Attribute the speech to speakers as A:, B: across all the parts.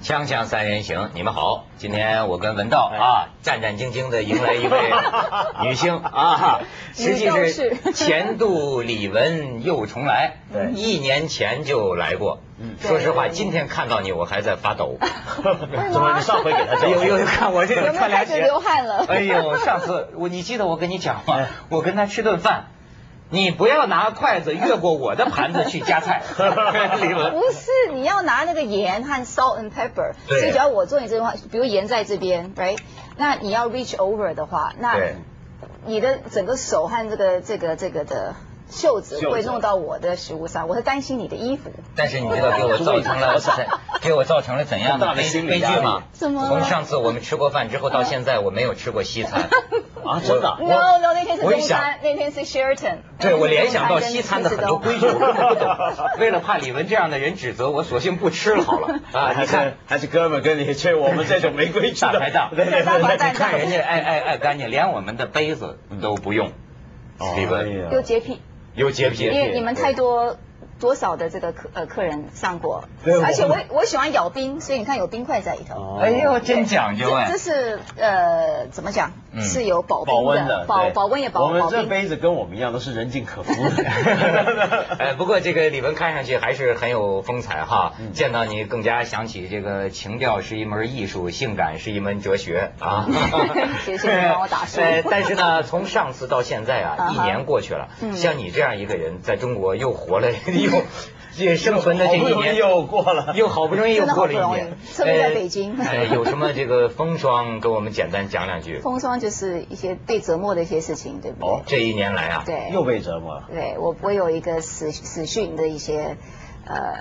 A: 锵锵三人行，你们好，今天我跟文道啊战战兢兢的迎来一位女星啊，实际
B: 女
A: 是
B: 斗 士
A: 前度李玟又重来
C: 对，
A: 一年前就来过。
C: 嗯
A: 说实话，
B: 对
A: 今天看到你我还在发抖，
B: 吗
C: 怎么你上回给他
A: 哎
C: 照
A: 呦呦，看我这
B: 有
A: 个
B: 没有
A: 穿
B: 开
A: 凉
B: 始
A: 鞋
B: 流。汗了？
A: 哎呦，上次我你记得我跟你讲吗
C: 哎？
A: 我跟他吃顿饭，你不要拿筷子越过我的盘子去夹菜。李玟，
B: 不是，你要拿那个盐和 salt and pepper，
A: 对
B: 所以只要我做你这句话，比如盐在这边，right？那你要 reach over 的话，那
A: 对
B: 你的整个手和这个这个这个的袖子
C: 袖子
B: 会弄到我的食物上，我是担心你的衣服。
A: 但是你知道给我造成了给我造成了怎样
C: 很
A: 的
C: 大的
A: 悲
C: 心理
A: 悲
C: 压
A: 剧
C: 力
A: 吗？
B: 怎么了
A: 从上次我们吃过饭之后到现在，我没有吃过西餐。
C: 啊，真的啊、
A: 我
B: No no，那天是
A: 我一
B: 中
A: 想
B: 餐，那天是 Sheraton。
A: 对，我联想到
B: 那天
A: 西
B: 是中
A: 餐的很多
B: 跟
A: 规
B: 你
A: 矩，
B: 吃
A: 我根
B: 的
A: 本不懂。为了怕李文这样的人指责，我索性不吃了好 了。啊，
C: 还
A: 你
C: 是
A: 看。
C: 还是哥们跟你劝我们这种没 规矩
A: 大
C: 的
A: 排档，
C: 对对
B: 大
C: 对
B: 排档
A: 你看人家爱爱爱干净，连我们的杯子都不用。
C: 哦
A: 李
C: 哎
A: 文
C: 呀
B: 有洁癖。
A: 有洁
B: 因
A: 癖，
B: 为你们太多多少的这个客呃客人上过，
C: 对我
B: 而且我我喜欢咬冰，所以你看有冰块在里头。
C: 哦
A: 哎呦，真讲究
B: 这
A: 哎
B: 这！是呃怎么讲？
A: 嗯
B: 是有保
C: 保
B: 温
C: 温
B: 的
C: 的，
B: 保
C: 对
B: 保温也保
C: 我们
B: 保
C: 这
B: 冰。。
C: 杯子跟我们一样，都是人尽可夫的。
A: 哎，不过这个李玟看上去还是很有风采哈，
C: 嗯
A: 见到你更加想起这个情调是一门艺术，性感是一门哲学啊
B: 谢谢你帮我打书
A: 哎但是呢，从上次到现在啊，
B: 啊
A: 一
B: 哈
A: 年过去了，
B: 嗯
A: 像你这样一个人，在中国又活了 又也生 存的这
C: 好
A: 一
C: 不容
A: 年
C: 易又过了
A: 又好不容易又
B: 真的
A: 过了
B: 好不
A: 一
B: 容易
A: 年，
B: 特别在
A: 呃
B: 北京
A: 哎，有什么这个风霜跟我们简单讲两句？
B: 风霜就是一些被折磨的一些事情，对不对？
C: 哦
A: 这一年来啊，
B: 对，
C: 又被折磨了。
B: 对我我有一个死死讯的一些呃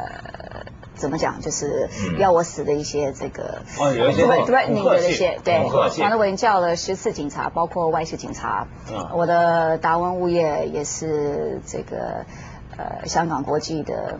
B: 怎么讲，就是
A: 嗯
B: 要我死的一些这个
C: 哦有一些
B: threat-
C: 恐
B: threatening
C: 恐吓
B: 的
C: 信
B: 那些，
C: 恐
B: 对，
C: 吓信
B: 王德文叫了十次警察，包括外事警察
C: 嗯，
B: 我的达文物业也是这个呃香港国际的。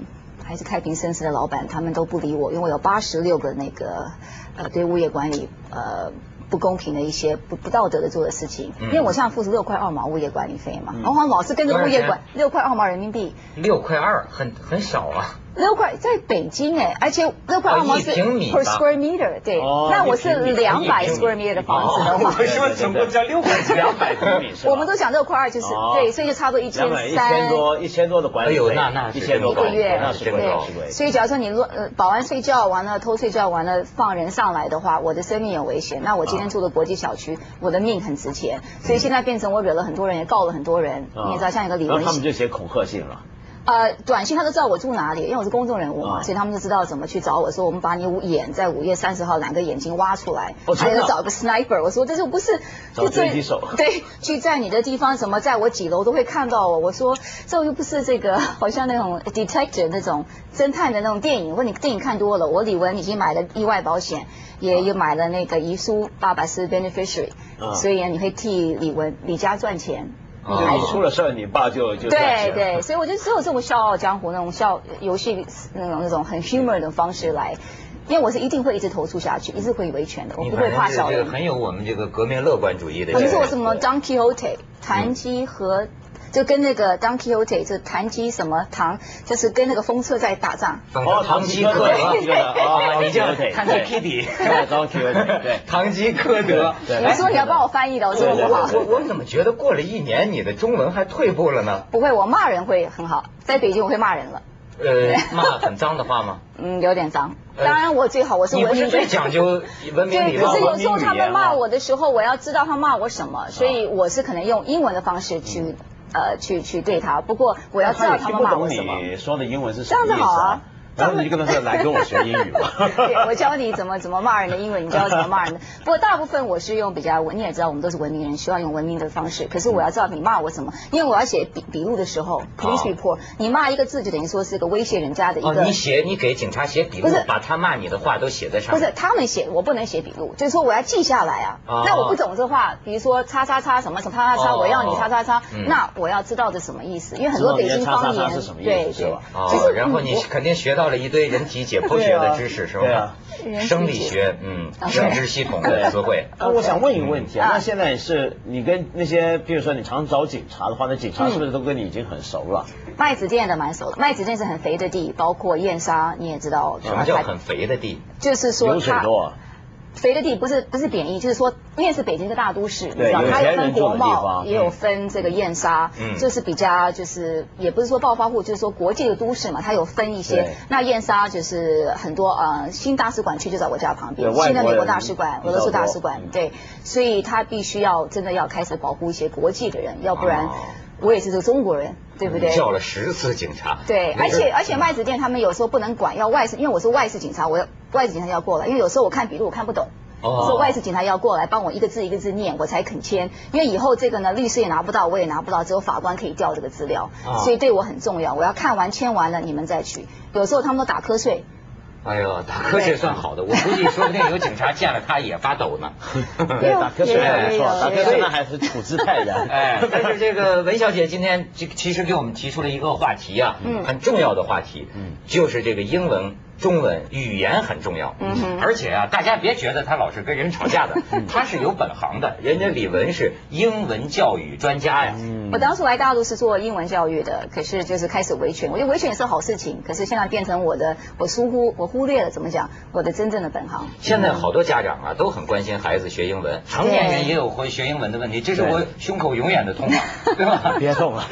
B: 还是太平绅士的老板，他们都不理我，因为我有八十六个那个呃对物业管理呃不公平的一些不不道德的做的事情，
A: 嗯
B: 因为我现在付出六块二毛物业管理费嘛，
C: 嗯
B: 然后老是跟着物业管
A: 多
B: 六块二毛人民币，
A: 六块二，很很少啊。
B: 六块在北京哎，而且六块
A: 哦
B: 二毛
A: 一
B: 是
A: 平米吧
B: per square meter，对，
C: 哦
B: 那我
C: 一平米
B: 是两
A: 一
B: 百
A: 平米
B: square meter 的房子的
A: 哦
B: 话。
C: 我说怎么叫六百两百平米是吧？
B: 我们都讲六块二，就是
C: 哦
B: 对，所以就差不多一
C: 两
B: 千
C: 百一千
B: 三
C: 多一千多的管理费，
A: 哎呦那那是
C: 一千多
B: 一个
C: 管理费
B: 月，
C: 那是贵
A: 对
C: 那是贵。
B: 所以假如说你乱呃保安睡觉完了，偷睡觉完了，放人上来的话，我的生命有危险。那我
C: 啊
B: 今天住的国际小区，我的命很值钱，所以现在变成我惹了很多人，也告了很多人。
C: 啊
B: 你也知道，像一个李
C: 然
B: 文
C: 后他们就写恐吓信了。
B: 呃，短信他都知道我住哪里，因为我是公众人物嘛，
C: 啊
B: 所以他们就知道怎么去找我。说我们把你眼在五月三十号两个眼睛挖出来，
C: 哦真
B: 还
C: 的
B: 有找个 sniper。我说这是不是
C: 找
B: 这
C: 狙击 手
B: 对，聚在你的地方，怎么在我几楼都会看到我？我说这又不是这个，好像那种 detective 那种侦探的那种电影。问你电影看多了，我李玟已经买了意外保险，也也买了那个遗书，爸爸是 beneficiary，、
C: 啊
B: 所以你会替李玟李家赚钱。
A: 哦
C: 就你出了事儿，你爸就
A: 啊
C: 就赚
B: 哎对
C: 钱
B: 对，所以我就只有这种笑傲江湖那种笑游戏那种那种很 humor 的方式来，因为我是一定会一直投诉下去，一直会维权的，我
A: 你
B: 哦不
A: 反
B: 会
A: 正
B: 怕
A: 是
B: 小
A: 这个
B: 人。
A: 很有我们这个革命乐观主义的
B: 我
A: 这
B: 们说
A: 个
B: 我什么 Don
A: 嗯
B: Quixote 弹机和。就跟那个 Don Quixote 就弹机什么唐，就是跟那个风车在打仗。
A: 唐
C: 哦
A: 唐
C: 唐
A: 吉
C: 吉
A: 诃
C: 诃
A: 德
C: 德
A: 啊，
C: 哦
A: 你这样
C: 唐吉诃德
A: 看看
C: 对
A: Kitty，
C: 对唐吉诃德对
A: 唐吉诃德。
C: 对
B: 你说你要
A: 哎
B: 帮我翻译的，我
A: 我
B: 说
C: 对
B: 我
C: 对
B: 不
A: 我
B: 好
C: 对。
A: 我我怎么觉得过了一年，你的中文还退步了呢？
B: 不会，我骂人会很好，在北京我会骂人了，
A: 呃，骂很脏的话吗？
B: 嗯，有点脏。
A: 呃
B: 当然我最好， 我是
A: 你不
B: 文
A: 是
B: 明
A: 最
B: 人。
A: 讲究文明礼
B: 对，
A: 貌
B: 可是
A: 吗？
B: 有时候他们骂我的时候，我要知道他骂我什
A: 啊
B: 么，所以我是可能用英文的方式去、
A: 嗯
B: 呃去去对他。不过我要知道
C: 听
B: 他们
C: 不
B: 骂
C: 懂
B: 我什么。
C: 你说的英文是什
B: 这
C: 么
B: 样
C: 意思
B: 子好啊
C: 啊？然后你就跟他 说来跟我学英语吧。
B: 对，我教你怎么怎么骂人的英文，你教我怎么骂 人的。不过大部分我是用比较文，你也知道我们都是文明人，希望用文明的方式。可是我要知道你骂我什么，因为我要写笔笔录的时候，police report，你骂一个字就等于说是个威胁人家的一个。
A: 啊哦，你写你给警察写笔录
B: 不是，
A: 把他骂你的话都写在上
B: 不是
A: 面。
B: 他们写，我不能写笔录，就是说我要记下来啊。
A: 哦
B: 那我不懂这话，比如说叉叉叉什么什么叉叉叉，
A: 哦
B: 我要你叉叉叉
A: 嗯，
B: 那我要知道这什么意思，因为很多北京
C: 知道
B: 方
C: 你的叉叉叉
B: 言
C: 是什，么意思
B: 对
C: 是
B: 对
C: 吧，
A: 哦，然后你
B: 嗯我
A: 肯定学到到了一堆人体解剖学的知识，是
C: 对
A: 吧
C: 啊？
B: 人体解啊
A: 生理学，嗯，
B: OK
A: 生殖系统的词汇。
C: 那我想问一个问题啊，
B: 嗯
C: 那现在是你跟那些，比如说你常找警察的话，那警察
B: 嗯
C: 是不是都跟你已经很熟了？
B: 麦子店的蛮熟的，麦子店是很肥的地，包括燕莎，你也知道。
A: 什么叫很肥的地？
B: 就是说
C: 流水
B: 它
C: 多啊，
B: 肥的地不是不是贬义，就是说，因为是北京一个大都市，你
C: 对
B: 知道
C: 有
B: 它有
C: 钱人
B: 分
C: 住的
B: 国
C: 地
B: 贸，
C: 方嗯
B: 也有分这个燕莎，
A: 嗯
B: 就是比较就是也不是说暴发户，就是说国际的都市嘛，它有分一些
C: 对。
B: 那燕莎就是很多呃新大使馆区就在我家旁边，
C: 对外
B: 新的美
C: 国
B: 国
C: 人
B: 大使馆、
C: 比
B: 俄
C: 较
B: 罗斯大
C: 多
B: 使馆
C: 嗯，
B: 对，所以它必须要真的要开始保护一些国际的人，要不然
A: 哦
B: 我也是个中国人，对不对？
C: 嗯
A: 叫了十次警察。
B: 对，
A: 那
B: 而
A: 个
B: 且而且麦子店他们有时候不能管，要外事，因为我是外事警察，我要外事警察要过来，因为有时候我看笔录我看不懂。
A: 哦
B: 所以外事警察要过来帮我一个字一个字念，我才肯签。因为以后这个呢，律师也拿不到，我也拿不到，只有法官可以调这个资料，
C: 啊
A: 哦
B: 所以对我很重要。我要看完签完了，你们再去。有时候他们都打瞌睡，
A: 哎呦，打瞌睡算好的，我估计说不定有警察见了他也发抖呢。
B: 没有
C: 打瞌睡还不错，打
B: 没
C: 瞌
B: 有没
C: 睡
B: 有
C: 那还是处之泰然。
A: 哎，但是这个文小姐今天这其实给我们提出了一个话题啊，
B: 嗯
A: 很重要的话题，
C: 嗯
A: 就是这个英文。中文语言很重要，
B: 嗯哼嗯
A: 而且啊，大家别觉得她老是跟人吵架的，她是有本行的，人家李文是英文教育专家呀，
C: 嗯
B: 我当初来大陆是做英文教育的，可是就是开始维权，我觉得维权也是好事情，可是现在变成我的，我疏忽，我忽略了怎么讲我的真正的本行。
A: 现在好多家长啊都很关心孩子学英文，成年人也有会学英文的问题，这是我
C: 对
A: 胸口永远的痛啊， 对吧？
C: 嗯别动了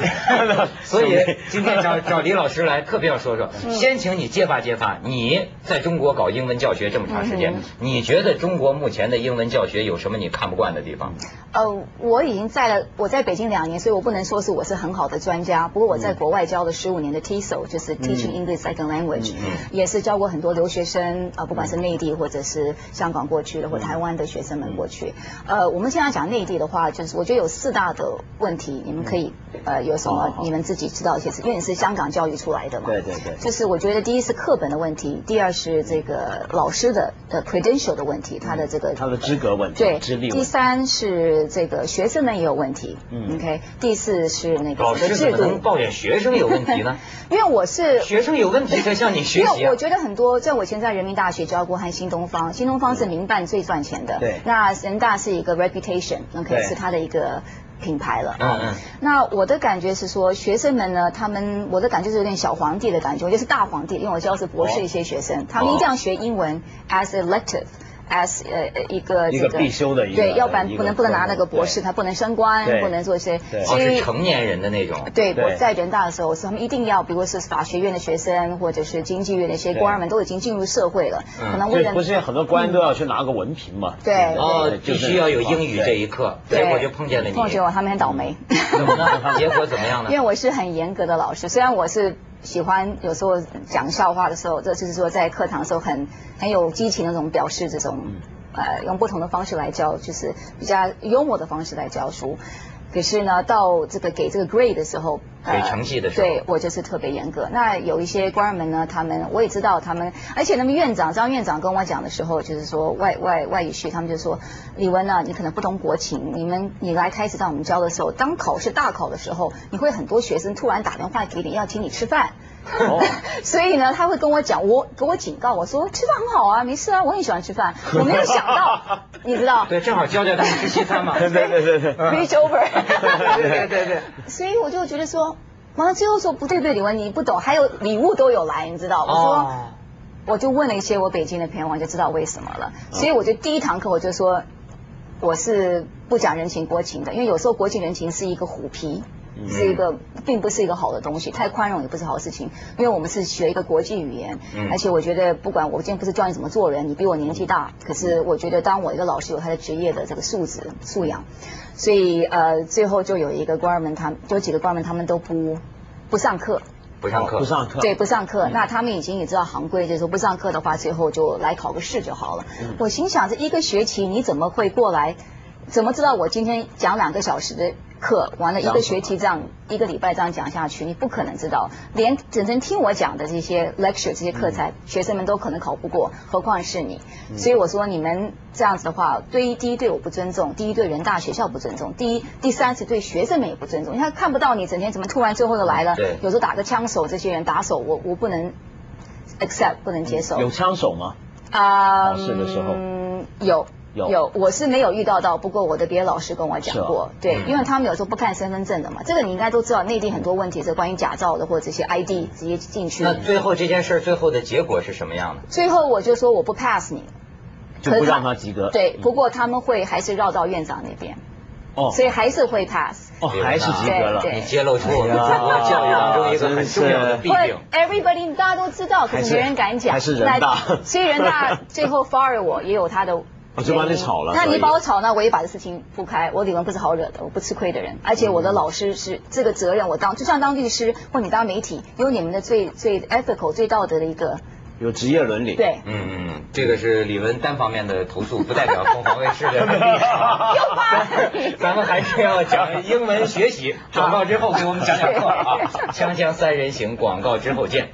A: 所
C: 兄
A: 以
C: 弟
A: 今天找找李老师来，特别要说说，
B: 嗯
A: 先请你揭发揭发，你在中国搞英文教学这么长时间
B: 嗯，
A: 你觉得中国目前的英文教学有什么你看不惯的地方？
B: 呃，我已经在了，我在北京两年，所以我不能说是我是很好的专家。不过我在
C: 嗯
B: 国外教了十五年的 TESOL，就是 Teaching English Second Language，、
C: 嗯
B: 也是教过很多留学生啊、呃不管是内地或者是香港过去的
C: 嗯
B: 或台湾的学生们过去。呃，我们现在讲内地的话，就是我觉得有四大的问题，你们
C: 嗯
B: 可以呃有什
C: 好
B: 么
C: 好
B: 你们自己知道一些事，因为你是香港教育出来的嘛。
C: 哦对对对
B: 就是我觉得第一是课本的问题，第二是这个老师的呃 credential 的问题，他的这个
C: 他的资格问题
B: 对，
C: 资历问题
B: 第三是这个学生们也有问题，
C: 嗯
B: 嗯，OK。第四是那个
A: 老师怎
B: 制
A: 么能
B: 度，
A: 抱怨学生有问题 呢？
B: 因为我是。
C: 啊
A: 学生有问题才向你学
B: 因
A: 习
B: 为
A: 啊
B: 我！觉得很多，在我以前在人民大学教过和新东方，新东方是民办最赚钱的，
C: 嗯对
B: 那人大是一个 reputation，OK，、
C: 对
B: 是它的一个品牌了。
A: 嗯嗯，
B: 那我的感觉是说，学生们呢，他们我的感觉是有点小皇帝的感觉，我就是大皇帝，因为我教的是博
C: 哦
B: 士一些学生，他们一定要学英文 as elective。as 呃呃一个
C: 一
B: 这
C: 个必修的一个
B: 对，要不然
C: 一
B: 不
C: 个
B: 能不能拿那个博
C: 科
B: 士，
C: 目
B: 他不能升官
C: 对，
B: 不能做一些
C: 对，
A: 哦，是成年人的那种。
B: 对，
C: 对
B: 我在人大的时候，是他们一定要，比如说是法学院的学生，或者是经济院的一些
C: 对
B: 官儿们，都已经进入社会了，
A: 嗯
B: 可能为
C: 对，
B: 了
C: 不是很多官都要去拿个文凭嘛？
B: 对
A: 哦，必须要有英语这一
C: 块。
A: 课，
B: 对
A: 结果就碰见了你。
B: 碰见我，他们很倒霉。
A: 怎么呢？结果怎么样呢
C: 嗯
B: 因？为我是很严格的老师，虽然我是喜欢有时候讲笑话的时候，这就是说在课堂的时候很很有激情的那种表示，这种
C: 嗯
B: 呃用不同的方式来教，就是比较幽默的方式来教书。可是呢，到这个给这个 grade 的时候，呃
A: 给成绩的时候
B: 对我就是特别严格。那有一些官员们呢，他们我也知道他们，而且他们院长张院长跟我讲的时候，就是说外外外语系，他们就说李文啊呢、你可能不懂国情，你们你来开始让我们教的时候，当考试大考的时候，你会很多学生突然打电话给你要请你吃饭。
C: 哦，
B: 所以呢，他会跟我讲，我给我警告我说吃饭很好啊，没事啊，我很喜欢吃饭。我没有想到，你 知道
A: 对，正好教教他们吃西餐 嘛。
C: 对对对对对。
B: ，reach over。
A: 对对对对。
B: 所以我就觉得说，完了最后说不对不对，李文你不懂，还有礼物都有来，你知道？我说、
A: 哦，
B: 我就问了一些我北京的朋友，我就知道为什么了。所以我就第一堂课我就说，我是不讲人情国情的，因为有时候国情人情是一个虎皮。是一个，并不是一个好的东西，太宽容也不是好事情，因为我们是学一个国际语言，
A: 嗯
B: 而且我哎觉得不管我今天不是教你怎么做人，你比我年纪大，可是我觉得当我一个老师有他的职业的这个素质素养，所以呃最后就有一个官儿们他们有几个官儿们他们都不不上课，
A: 不上课，
C: 不上课。
B: 对，不上课。那他们已经也知道行规，就是说不上课的话，最后就来考个试就好了。我心想，这一个学期你怎么会过来？怎么知道我今天讲两个小时的课，完了一个学期这样，一个礼拜这样讲下去，你不可能知道。连整天听我讲的这些 lecture 这些课材，学生们都可能考不过，何况是你。
C: 嗯
B: 所以我说，你们这样子的话，对一第一对我不尊重，第一对人大学校不尊重，第一第三是对学生们也不尊重，因为他看不到你整天怎么突然最后又来了，
A: 对
B: 有时候打个枪手，这些人打手，我我不能 accept 不能接受。
C: 有枪手吗？
B: 啊
C: 考试的时候
B: 嗯，有。
C: 有
B: 有，我是没有遇到到，不过我的别的老师跟我讲过，
C: 是啊
B: 对，
A: 嗯
B: 因为他们有时候不看身份证的嘛，这个你应该都知道，内地很多问题是关于假造的或者这些
C: 嗯
B: ID 直接进去。
A: 那最后这件事儿最后的结果是什么样的？
B: 最后我就说我不 pass 你，
C: 就
B: 可
C: 不
B: 是
C: 让他及格。
B: 对，不过他们会还是绕到院长那边，
C: 哦
B: 所以还是会 pass。
C: 哦，还是及格了。
B: 对
A: 你揭露出我们
C: 哎呀
A: 中国教育当中一个很重要的弊病。
B: But everybody 大家都知道，可
C: 还
B: 是
C: 是
B: 没人敢讲。
C: 还是人大
B: 那所以人大最后 fire 我也有他的。
C: 哦就把你炒了
B: 那
C: 所以
B: 你把我炒，那我也把这事情铺开。我李文不是好惹的，我不吃亏的
C: 嗯
B: 人。而且我的老师是这个责任，我当就像当律师或你当媒体，有你们的最最 ethical 最道德的一个
C: 有职业伦理。
B: 对。
A: 嗯嗯，这个是李文单方面的投诉，不代表凤凰卫视的 立场。 咱们还是要讲英文学习。广告之后给我们讲讲课啊，《锵锵三人行》广告之后见。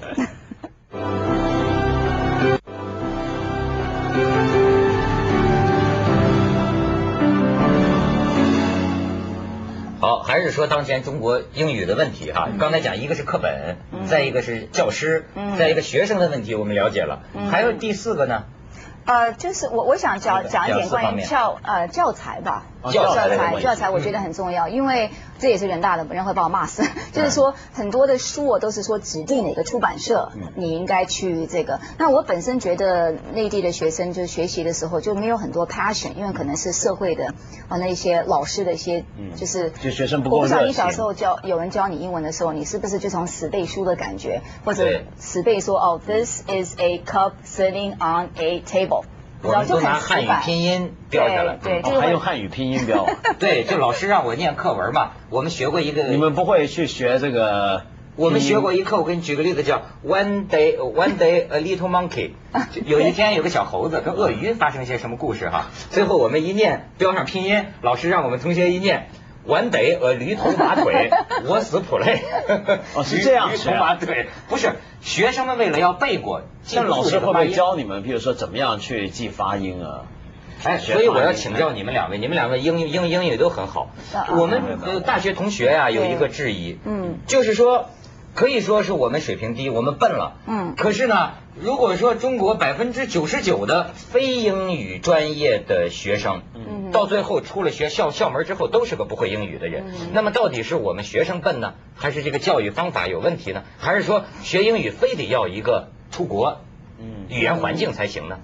A: 好，还是说当前中国英语的问题哈、刚才讲一个是课本，
B: 嗯
A: 再一个是教师，
B: 嗯
A: 再一个学生的问题我们了解了，
B: 嗯
A: 还有第四个呢，
B: 呃，就是我我想
A: 这
B: 讲
A: 个
B: 讲一
A: 教
B: 点
A: 师方
B: 关于
A: 面
B: 教呃教材吧，
C: 哦
A: 教材的问
B: 材
A: 题嗯
B: 教材我觉得很重要，因为这也是人大的，人会把我骂死。 就是
A: 嗯
B: 说很多的书我都是说指定哪个出版社
C: 嗯，
B: 你应该去这个。那我本身觉得内地的学生就学习的时候就没有很多 passion，因为可能是社会的啊那一些老师的一些
C: 嗯
B: 就是
C: 就学生不够
B: 我不知道
C: 热
B: 你小
C: 情
B: 时候教有人教你英文的时候，你是不是就从死背书的感觉，或者
A: 对
B: 死背说哦，this is a cup sitting on a table，
A: 我们
B: 就
A: 都拿
B: 很
A: 汉
B: 死
A: 语
B: 板。
A: 拼音标下来，嗯
B: 对对
C: 哦，还用汉语拼音标 啊。
A: 对，就老师让我念课文嘛，我们学过一个，
C: 你们不会去学这个？
A: 我们学过一课，我给你举个例子，叫 One day One day a little monkey，就有一天有个小猴子跟鳄鱼发生一些什么故事哈，最后我们一念标上拼音，老师让我们同学一念。one day a 驴头马 腿，我死普嘞！
C: 哦是这样
A: 驴驴头
C: 学啊
A: 马腿不是学生们为了要背过，记
C: 但
A: 不住
C: 老师
A: 这
C: 会
A: 个
C: 不
A: 发
C: 会
A: 音
C: 教你们，比如说怎么样去记发音啊？
A: 哎，
C: 学
A: 所以
C: 法
A: 我要
C: 语
A: 请
C: 呢
A: 教你们两位，你们两位英语英英语都很好
B: 啊。
A: 我们
C: 没有没有
A: 呃大学同学呀、有一个
B: 对
A: 质疑，
B: 嗯
A: 就是说可以说是我们水平低，我们笨了。
B: 嗯
A: 可是呢，如果说中国百分之九十九的非英语专业的学生，
B: 嗯
A: 到最后出了学校校门之后都是个不会英语的人，
B: 嗯
A: 那么到底是我们学生笨呢，还是这个教育方法有问题呢？还是说学英语非得要一个出国
C: 嗯
A: 语言环境才行呢？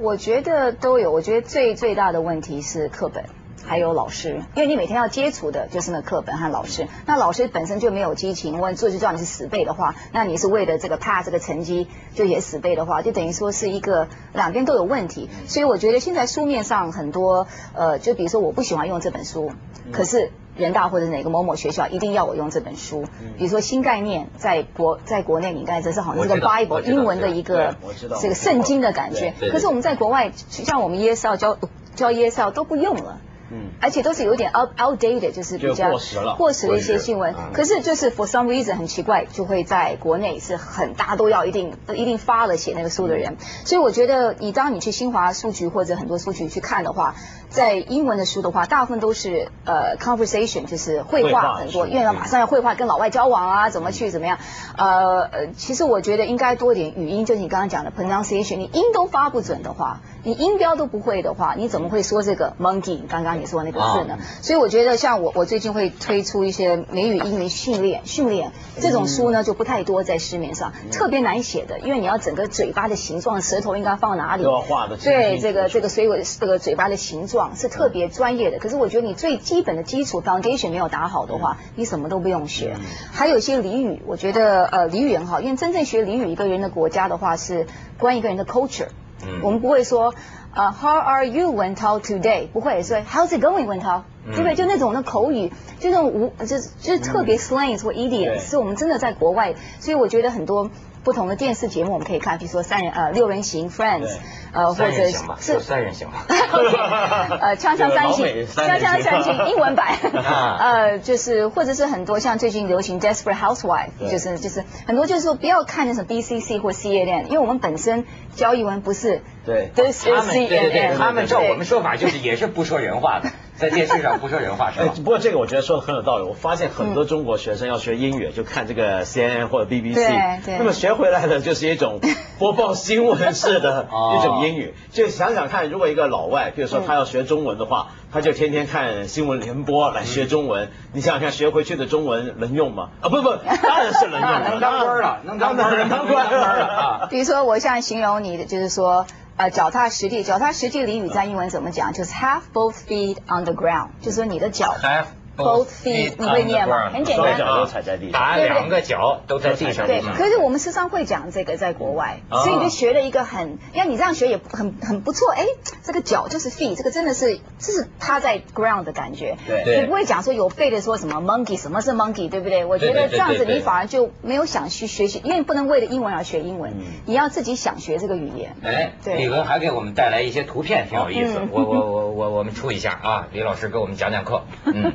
B: 我觉得都有，我觉得最最大的问题是课本。还有老师，因为你每天要接触的就是那课本和老师。那老师本身就没有激情，问这就叫你是死背的话，那你是为了这个怕这个成绩就也死背的话，就等于说是一个两边都有问题。
C: 嗯
B: 所以我觉得现在书面上很多，呃，就比如说我不喜欢用这本书，
C: 嗯
B: 可是人大或者哪个某某学校一定要我用这本书。
C: 嗯
B: 比如说新概念，在国在国内你刚才这是好像是
A: 我
B: 个
A: 知道我
B: Bible
A: 知道
B: 英文的一个
C: 对我知道
B: 这个圣经的感
C: 对
B: 觉
C: 对，
A: 对
B: 可是我们在国外，像我们 ESL 教教 ESL 都不用了。
C: 嗯，
B: 而且都是有点 out outdated，就是比
C: 就
B: 较
C: 过时了
B: 过时的一些新闻
A: 过时嗯。
B: 可是就是 for some reason 很奇怪，就会在国内是很大家都要一定一定发了写那个书的人。所以我觉得你当你去新华书局或者很多书局去看的话，在英文的书的话，大部分都是呃 conversation，就是绘
C: 绘画
B: 画
C: 的
B: 很多，
C: 书
B: 因为要
C: 嗯
B: 马上要绘画跟老外交往啊，怎么去怎么样。呃呃，其实我觉得应该多点语音，就是你刚刚讲的 pronunciation，你音都发不准的话，你音标都不会的话，你怎么会说这个 monkey？刚刚你说那个字呢？所以我觉得像我，我最近会推出一些美语英语训练训练这种书呢，就不太多在市面上，特别难写的，因为你要整个嘴巴的形状，舌头应该放哪里，
C: 都要画得清
B: 对
C: 清
B: 这 个
C: 楚楚
B: 这个水果这个嘴巴的形状是特别专业的。可是我觉得你最基本的基础 foundation 没有打好的话，你什么都不用学。还有一些俚语，我觉得呃俚语很好，因为真正学俚语一个人的国家的话是关于一个人的 culture。
A: 嗯
B: 我们不会说呃 How are you, Wen Tao today？不会，所以 How's it going, Wen Tao？
A: 嗯
B: 对不对？就那种的口语，就那种无，就是就是特别 slang 或 idiom，
C: 嗯对
B: 是我们真的在国外，所以我觉得很多不同的电视节目我们可以看，比如说三人呃六人行 Friends，
C: 对
B: 呃或
A: 三
B: 者
A: 人行吧，
B: 是
A: 就三人 行吧。
B: 呃，锵锵三
C: 这个老美
B: 星，
C: 三人
B: 锵
C: 行
B: 锵三 星英文版
A: 啊，
B: 呃，就是或者是很多像最近流行 Desperate Housewife，
C: 对
B: 就是就是很多就是说不要看那种 BCC 或 CNN，因为我们本身教英文不是
C: 对
B: This
A: 他
B: is
A: 们对对对，
B: CNN，
A: 他们照我们
B: 对
A: 说法就是也是不说人话的，在电视上不说人话是
C: 哎，
A: 吧？
C: 不过这个我觉得说的很有道理。我发现很
B: 嗯
C: 多中国学生要学英语，就看这个 CNN 或者 BBC，
B: 对对
C: 那么学回来的就是一 种播报新闻式的
A: 哦
C: 一种英语。就想想看，如果一个老外，比如说
B: 嗯
C: 他要学中文的话，他就天天看新闻联播来学中
B: 嗯
C: 文。你想想看，学回去的中文能用吗？啊，不 不，当然是能
B: 啊
A: 能
C: 用的，
A: 当官 了，啊能当官了，
C: 能当官
A: 能当官 了
C: 了。
A: 啊！
B: 比如说，我像形容你的，就是说，呃，脚踏实地，脚踏实地俚语在英文怎么讲？就是 have both feet on the ground，就是说你的脚
A: Have
B: both feet，你会念吗？很简
C: 双
B: 单。啊
C: 脚都踩在地上。嗯
A: 打两个脚都在地上，
B: 对，可是我们时常会讲这个在国外，
C: 啊
B: 所以你就学了一个很， 因为你这样学也很很不错，哎，这个脚就是 feet，这个真的是这是趴在 ground 的感觉，
C: 对
A: 对
B: 你不会讲说有背的说什么 monkey，什么是 monkey，对不对？我觉
A: 对对
B: 得
A: 对
B: 这样子
A: 对对
B: 你反而就没有想去学习，因为你不能为了英文而学英文
C: 嗯，
B: 你要自己想学这个语言。
A: 哎，
B: 对
A: 李文还给我们带来一些图片，挺有意思
B: 嗯。
A: 我我我我我们出一下 啊，李老师给我们讲讲课。嗯，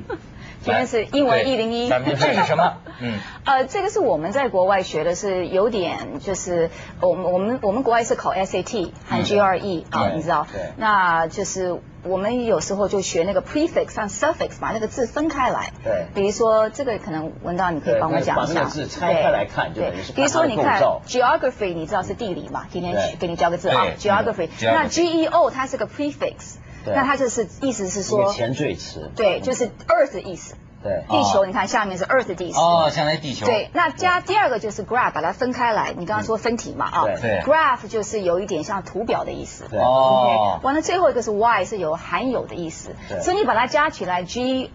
B: 今天是英文
A: 来
B: 101
A: 咱们这是什么？嗯，
B: 呃，这个是我们在国外学的，是有点就是我们我们我们国外是考 SAT 和
A: 嗯
B: GRE 啊，
C: 对
B: 你知道
C: 对，
B: 那就是我们有时候就学那个 prefix 和 suffix，把那个字分开来。
C: 对
B: 比如说这个可能文道你可以
C: 对
B: 帮我
C: 那
B: 讲一
C: 把
B: 下。
C: 那个字拆开来看就
B: 对
C: 等于是
B: 比如
C: 看它
B: 说
C: 的
B: 你
C: 构
B: 看
C: 造
B: geography，你知道是地理嘛？今天
C: 对
B: 给你教个字啊
A: 对
B: ，geography
A: 嗯。
B: 那
A: geography
B: geo 它是个 prefix，
C: 对
B: 那它就是意思是
C: 一个
B: 说，
C: 前缀词。
B: 对，就是 earth 的意思。
C: 对
B: 地球，你看下面是 earth 的意思。
A: 啊哦，像那地球。
B: 对，那加第二个就是 graph，把它分开来。你刚刚说分体嘛啊
C: 对
A: 对
B: ，graph 就是有一点像图表的意思。
C: 对
A: 哦
B: OK，完了最后一个是 y 是有含有的意思
C: 对，
B: 所以你把它加起来，g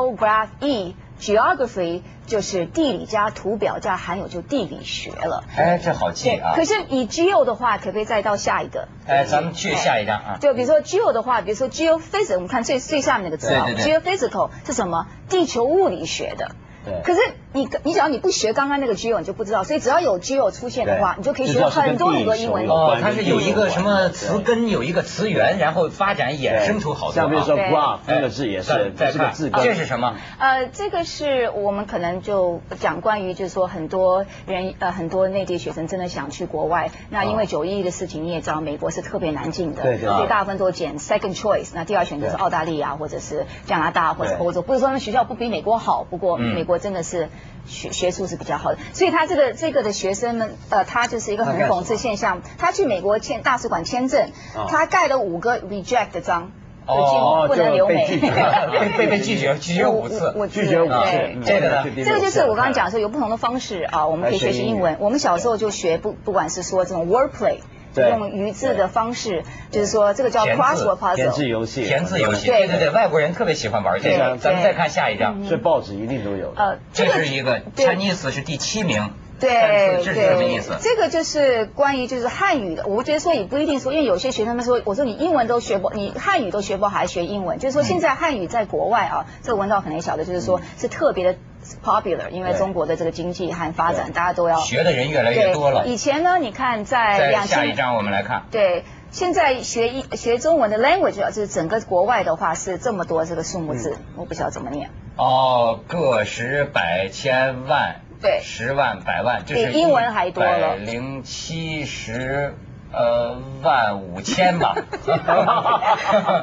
B: geography geography 就是地理加图表加含有就地理学了。
A: 哎，这好记啊
B: 可。是以 geo 的话，可不可以再到下一个？哎
A: 哎，咱们去下一张啊。
B: 就比如说 geo 的话，比如说 geophysics，我们看最最下面那个字啊
A: 对对
B: ，geophysical 是什么？地球物理学的。
C: 对
B: 可是你你只要你不学刚刚那个 geo，你就不知道。所以只要有 geo 出现的话，
C: 对
B: 你就可以学很多很多英文
C: 就知道是跟地理学有。关
A: 哦，它是有一个什么词根，有一个词源，然后发展衍生出好多啊。
C: 像比如说
B: 对啊
C: graph
A: 哎
C: 那个字也
A: 再
C: 是，
A: 再
C: 是个
A: 看
C: 字
A: 这
C: 根。
A: 是什么？
B: 呃，这个是我们可能就讲关于，就是说很多人呃很多内地学生真的想去国外，那因为九一一的事情你也知道，美国是特别难进的，
C: 啊对对
B: 所
C: 对
B: 以大部分都拣 second choice，那第二选择是
C: 对
B: 澳大利亚或者是加拿大或者
C: 对
B: 欧洲，不是说那学校不比美国好，不过
A: 嗯
B: 美国真的是学学术是比较好的，所以他这个这个的学生们，呃，他就是一个很
A: 他干什么
B: 讽刺现象，他去美国签大使馆签证
C: 啊，
B: 他盖了五个 reject 的章，就
A: 哦
B: 进不能留美
C: 就被拒绝了。
A: 被被被拒绝，拒绝五次。
B: 我
C: 拒绝五次
B: 对
C: 嗯，
A: 这个呢
C: 第
B: 啊这
C: 六
B: 个就
C: 次
B: 是我刚
C: 看
B: 刚讲说有不同的方式啊，我们可以学习英
C: 来学英
B: 文。我们小时候就学不不管是说这种 word play，
C: 对
B: 用语字的方式，就是说这个叫
A: 填字
B: crossword
C: 填字
B: puzzle。
C: 游戏，
A: 填字游戏，
B: 对
A: 对对对，外国人特别喜欢玩这个。
C: 对
A: 咱们再看下一
B: 嗯
A: 张，
C: 所以报纸一定都有的。
B: 呃，
A: 这是一个
B: 对
A: Chinese 是第七名，
B: 对
A: 这是什么意
B: 对
A: 思，？
B: 这个就是关于就是汉语的，我觉得说也不一定说，因为有些学生他们说，我说你英文都学不，你汉语都学不好，还学英文，就是说
A: 嗯
B: 现在汉语在国外啊，这个文道可能也晓得，就是说是特别的 popular，因为
C: 对
B: 中国的这个经济和发展，
C: 对
B: 大家都要
A: 学的人越来越多了。
B: 以前呢，你看在
A: 再
B: 两
A: 下一
B: 哦千
A: 张我们来看，
B: 对。现在学一学中文的 language 啊，就是整个国外的话是这么多这个数目字，
C: 嗯
B: 我不晓得怎么念。
A: 哦，个十百千万，
B: 对
A: 十万百万，这是
B: 比英文还多了
A: 零七十呃万五千 吧。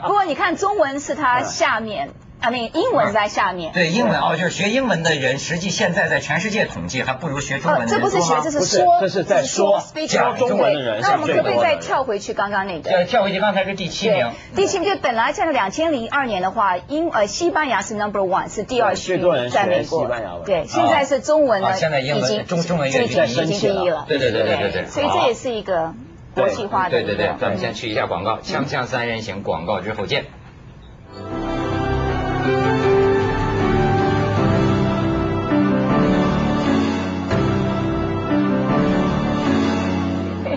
B: 不过你看中文是它下面，啊，那英文是在下
C: 啊
B: 面。
A: 对英文哦，就是学英文的人，实际现在在全世界统计还不如学中文的
B: 哦，
A: 人
B: 这不是
A: 多
B: 学
A: 吗，
B: 这是
C: 不是
B: 说，
C: 这是在说
B: speaking
A: 讲中
C: 文的人
B: 对那
C: 讲
B: 我们
C: 中
B: 可不可以
C: 文的
B: 再
C: 人
B: 跳回去刚刚那个？
A: 跳跳回去，刚才是第七名
B: 对。，第七就本来在两千零二年的话，英呃西班牙是 number one，是第二
C: 对最
B: 区
C: 多人，学
B: 在美国
C: 西班牙文。
B: 对，现在是中文
A: 啊
B: 呢，
A: 现在英文
B: 已经
A: 中中文也
B: 已经
A: 在
B: 已
A: 升
B: 经
C: 起
B: 第一
C: 了
B: 了。
A: 对对对对对对
B: 所以
A: 好
B: 这也是一个国际化的
A: 对
B: 一个。嗯
A: 对对，咱们先去一下广告，锵锵三人行，广告之后见。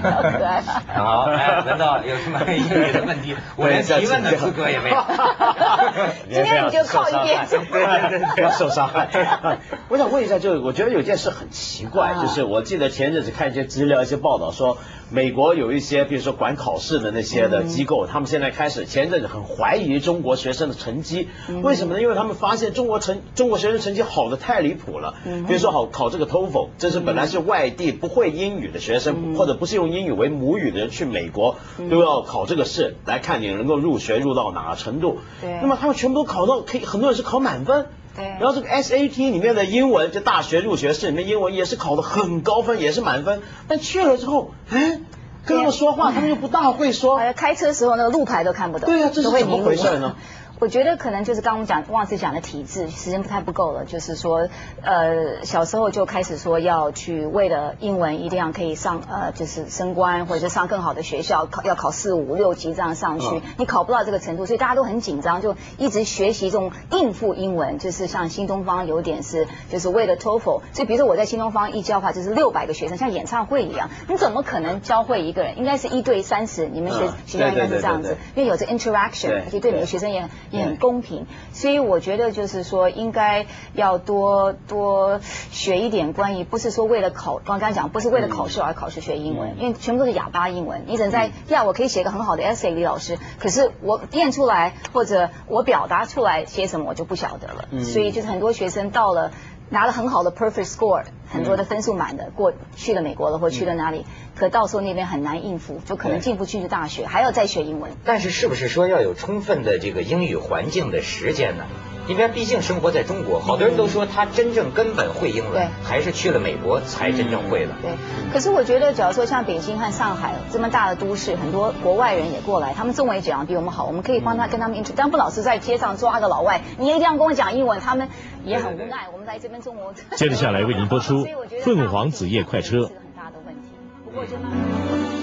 B: 好可爱啊。
A: 好，哎，文道有什么英语的问题，我连提问的资格也没有。
B: 今天你就靠一边走
C: 对对对，不要受伤害。 我想问一下，就是我觉得有件事很奇怪，
B: 啊
C: 就是我记得前阵子看一些资料、一些报道说，美国有一些比如说管考试的那些
B: 嗯
C: 的机构，他们现在开始前阵子很怀疑中国学生的成绩，
B: 嗯
C: 为什么呢？因为他们发现中国成中国学生成绩好的太离谱了，
B: 嗯
C: 比如说好考这个 TOEFL，这
B: 嗯
C: 是本来是外地不会英语的学生、或者不是用英语为母语的人去美国都要。要考这个试，来看你能够入学入到哪个程度。
B: 对
C: 那么他们全部都考到，可以很多人是考满分。
B: 对
C: 然后这个 SAT 里面的英文，就大学入学试里面英文也是考的很高分，也是满分，但去了之后，哎，跟他们说话，他们又不大会说。
B: 哎，开车时候那个路牌都看不懂，
C: 对啊这是
B: 都会
C: 怎么
B: 迷
C: 回
B: 路
C: 事呢？
B: 我觉得可能就是刚刚我们讲忘记讲的体制，时间太不够了。就是说，呃，小时候就开始说要去为了英文一定要可以上呃，就是升官或者是上更好的学校，考要考四五六级这样上去。
C: 嗯
B: 你考不到这个程度，所以大家都很紧张，就一直学习这种应付英文。就是像新东方有点是，就是为了 TOEFL。所以比如说我在新东方一教的话，就是六百个学生，像演唱会一样，你怎么可能教会一个人？应该是一对三十，你们学、
C: 嗯
B: 学校应
C: 对
B: 该
C: 对对
B: 是这样
C: 对
B: 子
C: 对，
B: 因为有这 interaction，
C: 对
B: 而且对你
C: 对
B: 的学生也很也很
C: 对
B: 公平。所以我觉得就是说，应该要多多学一点关于，不是说为了考，刚刚讲不是为了考试而考试学英文，
C: 嗯
B: 因为全部都是哑巴英文。你只能在、呀，我可以写一个很好的 essay，李老师，可是我念出来或者我表达出来写什么，我就不晓得了。
C: 嗯
B: 所以就是很多学生到了。拿了很好的 perfect score，很
C: 嗯
B: 多的分数满的，过去了美国了或去了哪里，可到时候那边很难应付，就可能
C: 对
B: 进不去大学，还要再学英文。
A: 但是是不是说要有充分的这个英语环境的时间呢？因为毕竟生活在中国，好多人都说他真正根本会英文
B: 对，
A: 还是去了美国才真正会的。
B: 对，可是我觉得，假如说像北京和上海这么大的都市，很多国外人也过来，他们中文也讲得比我们好，我们可以帮
D: 嗯
B: 他跟他们 intro。但不老是在街上抓个老外，你一定要跟我讲英文，他们也很无
A: 对对
B: 奈。我们来这边 中国，
D: 接着下来为您播出
B: 所以我觉得
D: 凤凰紫夜快车
B: 这是很大的问题。不过就慢慢地